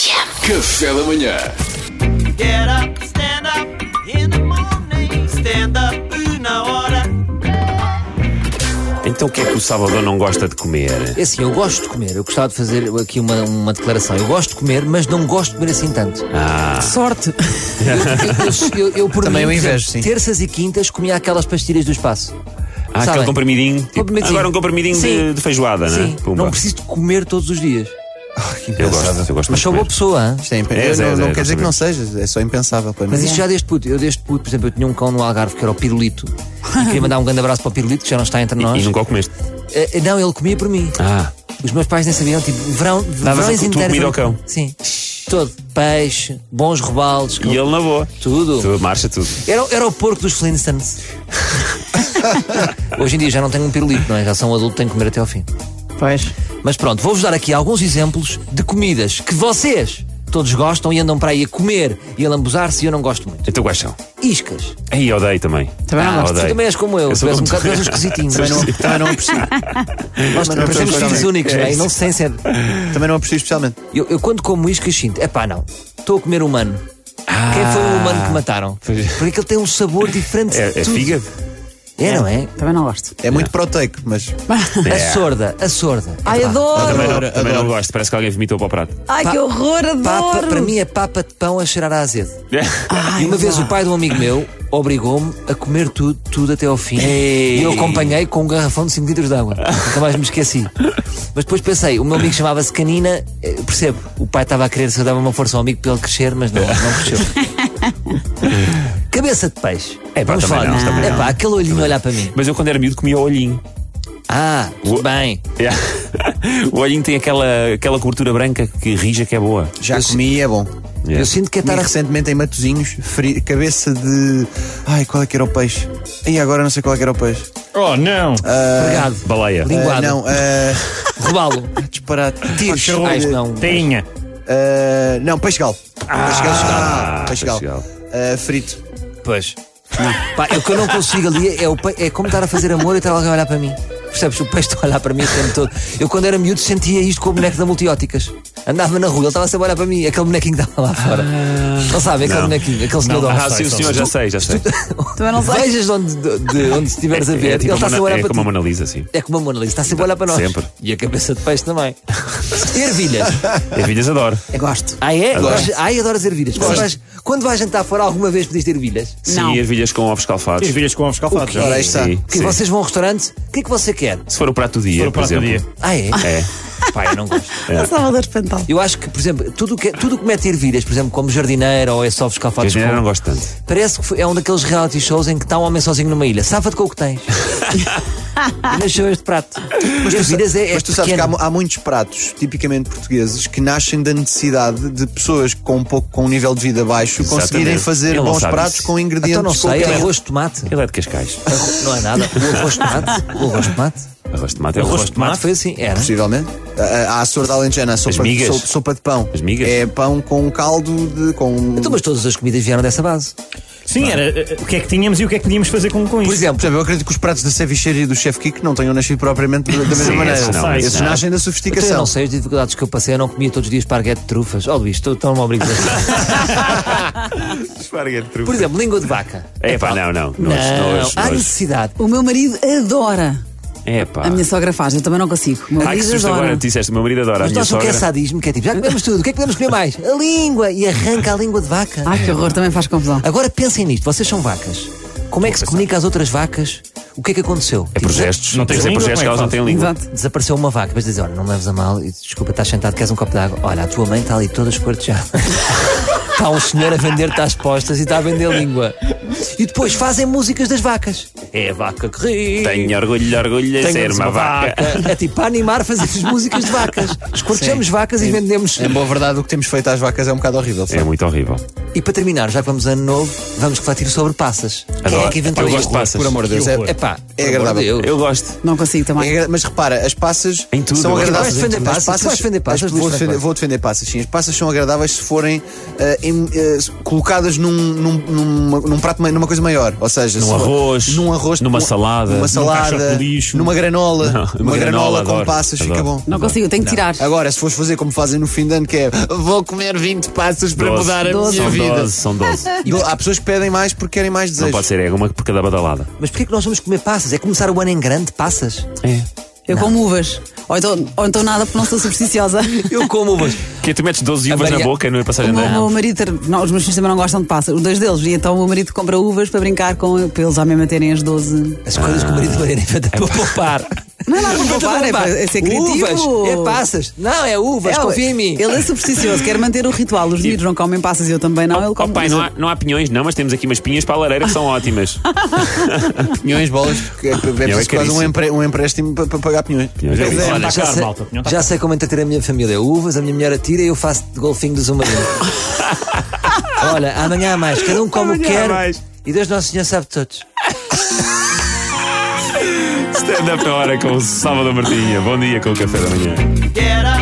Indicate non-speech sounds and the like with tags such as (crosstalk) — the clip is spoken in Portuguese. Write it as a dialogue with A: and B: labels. A: Café da manhã.
B: Get up, stand up in the morning. Stand up na hora.
C: Então o que é que o Salvador não gosta de comer?
D: É assim, eu gosto de comer. Eu gostava de fazer aqui uma, uma declaração. Eu gosto de comer, mas não gosto de comer assim tanto.
C: Ah,
D: Sorte! Eu, eu, eu, eu por
E: Também
D: mim,
E: eu
D: por exemplo,
E: invejo, sim.
D: Terças e quintas comia aquelas pastilhas do espaço.
C: ah
D: Sabem?
C: aquele comprimidinho. tipo,
D: Comprimidinho.
C: Agora um comprimidinho de,
D: Sim.
C: de feijoada,
D: Sim,
C: né? Pumba.
D: não preciso de comer todos os dias.
C: eu gosto, eu gosto muito
D: Mas sou
C: de
D: boa
C: comer.
D: pessoa, hã?
E: Isto é impe-
C: É,
E: eu
C: Zé,
E: não,
C: Zé,
E: não
C: eu
E: quer dizer que
C: também.
E: não seja, é só impensável para mim.
D: Mas isto já desde puto. Eu desde puto, por exemplo, eu tinha um cão no Algarve que era o Pirulito. E queria mandar um grande abraço para o Pirulito, que já não está entre nós.
C: E nunca o comeste.
D: Eh, não, ele comia por mim.
C: Ah,
D: Os meus pais nem sabiam, tipo, verão,
C: Davas
D: verões
C: a tu- tu
D: inteiros.
C: comida ao cão?
D: Sim. Todo. Peixe, bons rebalos,
C: e ele na boa.
D: tudo.
C: Tudo, marcha tudo.
D: Era, era o porco dos Flintstones. Hoje em dia já não tenho um pirulito, não é? Já são adulto, tenho que comer até ao fim.
F: Pois.
D: Mas pronto, vou-vos dar aqui alguns exemplos de comidas que vocês todos gostam e andam para aí a comer e a lambuzar-se e eu não gosto muito.
C: Então quais são?
D: Iscas.
C: Aí odeio também.
F: Também não
C: Ah,
F: gosto.
D: Tu
C: odeio.
D: também és como eu,
C: Eu
D: tu
C: sou
D: és um
C: como tu.
D: bocado tu és um esquisitinho.
C: Sou
D: Também não-
C: esquisito.
E: Também não é aprecio.
D: Nós
E: Também
D: parecemos
E: sou
D: filhos
E: esquisito.
D: únicos,
C: É
D: não é? E
C: isso.
D: não sem ser.
E: Também não aprecio especialmente.
D: Eu, eu quando como iscas sinto, é pá, não, estou a comer humano. Quem foi o humano que mataram?
C: Pois é.
D: Porque ele tem um sabor diferente. de
C: É, é
D: tudo.
C: fígado?
D: É, não é?
F: Também não gosto.
E: É muito proteico, mas
D: A
C: É.
D: sorda, a sorda.
F: Ai,
D: Epá.
F: adoro!
C: Também, não,
E: Adoro,
C: também não
E: adoro.
C: gosto. Parece que alguém vomitou para o prato.
F: Ai, que horror, adoro!
D: Papa, para mim é papa de pão a cheirar a azedo. e uma vez o pai de um amigo meu obrigou-me a comer tudo, tudo até ao fim.
C: Ei.
D: E eu acompanhei com um garrafão de 5 litros de água. Nunca mais me esqueci. Mas depois pensei, o meu amigo chamava-se Canina, eh, percebo, o pai estava a querer se eu dava uma força ao amigo para ele crescer, mas não, não
C: (laughs)
D: cresceu. Cabeça de peixe.
C: É pá,
D: Vamos
C: também
D: falar
C: não,
D: disto.
C: também
D: É
C: não.
D: pá, aquele olhinho a olhar para mim.
C: (laughs) Mas eu quando era miúdo comia o olhinho.
D: Ah, tudo
C: O-
D: bem.
C: Yeah. (laughs) O olhinho tem aquela, aquela cobertura branca que rija que é boa.
E: já comi e é bom.
C: Yeah.
D: Eu sinto que é
E: Comi
D: estar a
E: recentemente em Matozinhos, fri- cabeça de. Ai, qual é que era o peixe? E agora não sei qual é que era o peixe.
G: Oh,
D: pregado.
C: Baleia.
E: Ah,
D: Linguado.
E: não, ah,
D: Robalo.
E: disparate.
D: Tiros.
E: Ah,
D: Ah, isto não.
E: ah, não, peixe galo. peixe galo, peixe galo.
C: peixe galo.
E: Ah, frito.
D: Pois. Pá, é o que eu não consigo ali é, o pe- é como estar a fazer amor e estar alguém a olhar para mim. Percebes? O peixe está a olhar para mim o tempo todo. Eu, quando era miúdo, sentia isto com o boneco da Multióticas. Andava na rua, ele estava sempre a olhar para mim. Aquele bonequinho que estava lá fora. Não sabe? Aquele bonequinho, aquele senhor do
C: Ah, sim, o senhor, já sei, já sei.
F: Também não sei.
D: Vejas de onde, de, de onde estiveres a ver.
C: É, tipo
D: ele está
C: a
D: sempre a
C: Mona-
D: olhar
C: é
D: para
C: como a
D: ti.
C: Mona Lisa, assim.
D: É como a Mona Lisa, está sempre a olhar para nós.
C: Sempre.
D: E a cabeça de peixe também.
C: (laughs)
D: Ervilhas.
C: Ervilhas adoro.
F: Eu gosto.
D: Ah, é?
C: Adoro.
D: Gosto- Ai, adoro as ervilhas. Quando vais, quando vais jantar fora alguma vez pediste ervilhas?
F: Não.
C: Sim, ervilhas com ovos calfados.
G: Ervilhas com ovos calfados.
D: quê?
G: já.
E: Ora, aí está.
C: Sim,
D: Porque
C: sim.
D: vocês vão ao restaurante, o que é que você quer?
C: Se for o prato do dia,
G: for o prato
C: por
G: do
C: exemplo.
D: Ah, é?
C: É.
D: Pá, eu não gosto.
F: O Salvador Espantal.
D: Eu acho que, por exemplo, tudo o que, é- tudo o que mete ervilhas, por exemplo, como jardineira ou é só escalfados
C: Eu não
D: com...
C: gosto tanto.
D: Parece que foi- é um daqueles reality shows em que está um homem sozinho numa ilha. Safa-te com o que tens. E Nasceu este prato. Mas ervilhas é, é
E: Mas tu sabes que há,
D: pequeno.
E: mu- há muitos pratos, tipicamente portugueses, que nascem da necessidade de pessoas com um pouco com um nível de vida baixo conseguirem
C: Exatamente.
E: fazer
C: Ele não
E: bons
C: sabe
E: pratos
C: isso.
E: com ingredientes
D: Então não
E: com
D: sei, é
E: quem-
D: arroz de tomate.
C: Ele é de Cascais.
D: Arro- Não é nada. O arroz de tomate. O arroz de tomate.
C: Arroz de tomate é
D: O
C: o
D: arroz de tomate foi assim. Era.
E: Possivelmente. A- a- Há a sorda alentejana, a sopa,
C: migas.
E: so- sopa de pão.
C: As migas.
E: É pão com caldo de. Com... um
D: Então, mas todas as comidas vieram dessa base. Então,
G: Sim, era eh, o que é que tínhamos e o que é que podíamos fazer com, com isso.
D: Por exemplo,
E: Percebe, eu acredito que os pratos da cevicheria e do chef Kik não tenham nascido propriamente da da mesma
C: Sim,
E: maneira.
C: esses não, esses
E: Esses
C: não.
E: nascem da
D: Então, eu
E: sofisticação.
D: não sei as dificuldades que eu passei, eu não comia todos os dias esparguete de trufas. Oh, Luís, estou tão
E: (laughs)
D: obrigado. Por exemplo, língua de vaca.
C: É pá, não, não.
D: Não,
C: Nojo,
D: há
C: nojo,
D: necessidade.
F: O meu marido adora
C: É pá.
F: a minha sogra faz, eu também não consigo. O meu
C: Ai, que
F: marido
C: susto
F: adora.
C: agora. tipo. Tu disseste, o meu marido adora a
D: Mas
C: minha
D: nós o que é
C: sogra.
D: sadismo, que é tipo, já comemos tudo, o que é que podemos comer mais? A língua! E arranca a língua de vaca.
F: Ai, que horror, também faz confusão.
D: Agora pensem nisto, vocês são vacas. Como é que se comunica às outras vacas? O que é que aconteceu?
C: É por gestos. Não
G: tens
C: tens é por
G: língua,
C: gestos que
G: como é
C: elas
G: que
C: não têm língua.
F: Exato.
D: Desapareceu uma vaca, mas dizem, olha, não me leves a mal, e, desculpa, estás sentado, queres um copo de água? Olha, a tua mãe está ali
C: (laughs)
D: toda esquartejada. Está um senhor a vender-te às postas e está a vender língua. E depois fazem músicas das vacas. É a vaca que ri.
C: Tenho orgulho, orgulho de
D: Tenho
C: ser uma vaca.
D: É tipo para animar fazemos músicas de vacas. Escortejamos vacas e vendemos.
E: Em boa verdade, o que temos feito às vacas é um bocado horrível. sabe?
C: É muito horrível.
D: E para terminar, já que vamos ano novo, vamos refletir sobre passas. Quem é
C: Adoro.
D: que inventou
C: Eu gosto de
D: isto?
C: passas.
E: Por amor de Deus.
D: É
E: É,
D: pá,
E: É
D: por amor
E: agradável.
D: de Deus.
C: Eu gosto.
F: Não consigo também.
E: É agra- mas repara, as passas
C: Em tudo,
E: são
C: eu gosto.
E: agradáveis.
D: Vais defender
E: As
D: passas? Tu vais defender passas,
E: as-
D: Luís,
E: vou,
D: vais,
E: defender,
D: vai.
E: vou defender passas, sim. As passas são agradáveis se forem eh, em, eh, colocadas num, num, numa- num prato, ma- numa coisa maior. Ou seja,
C: Num
E: se for-
C: arroz.
E: num arroz.
C: Numa
E: num-
C: salada,
E: Numa
C: num
E: caixote salada,
G: de lixo.
E: numa granola.
C: Não,
E: uma
C: uma granola,
E: granola, com
C: adoro,
E: passas, fica
C: adoro.
E: bom.
F: Não consigo, eu tenho que tirar.
E: Agora, se fores fazer como fazem no fim de ano, que é vou comer 20 passas para
C: Doze.
E: mudar a
F: Doze.
E: minha
C: São
E: vida.
C: 12, são 12.
E: Do- Há pessoas que pedem mais porque querem mais
C: Não
E: desejos.
C: pode ser, é uma por cada badalada.
D: Mas porquê é que nós vamos comer passas? É começar o ano em grande, passas?
C: É.
F: Eu como uvas. Ou então, ou então nada, porque não sou
C: (laughs)
F: supersticiosa.
D: Eu como uvas.
C: Que tu metes 12
D: A
C: uvas na
D: varia-
C: boca e não é
F: O
C: passagem de
F: meu,
C: ano.
F: meu marido, ter- não, os meus filhos também não gostam de passas, os dois deles, e então o meu marido compra uvas para brincar com para eles à mesma terem as 12.
D: As coisas que o marido Mariana inventa para poupar.
F: Não é nada para poupar, é para é ser criativo.
D: Uvas, é passas. Não, é uvas,
F: É,
D: confia em mim.
F: Ele é supersticioso, quer manter o ritual. Os miúdos não comem passas e eu também não. Ele
C: Oh,
F: come
C: pai, não há, não há pinhões, não, mas temos aqui umas pinhas para a lareira que são ótimas.
E: Pinhões, bolas, que é, é preciso quase
C: caríssimo.
E: um, empre- um empréstimo para, para pagar pinhões.
C: Pinhões é
E: Pois
C: caríssimo.
G: Olha,
D: Já
G: claro,
D: sei-
G: malta, opinião tá
D: Já sei como entreter a minha família. Uvas, a minha mulher atira e eu faço de golfinho
C: (laughs)
D: do submarino. Olha, amanhã há mais. Cada um como
C: Amanhã há
D: quer.
C: mais.
D: E Deus Nosso Senhor sabe todos.
C: Stand-up na hora com o Salvador Martinha. Bom dia com o café da manhã.
B: Get up.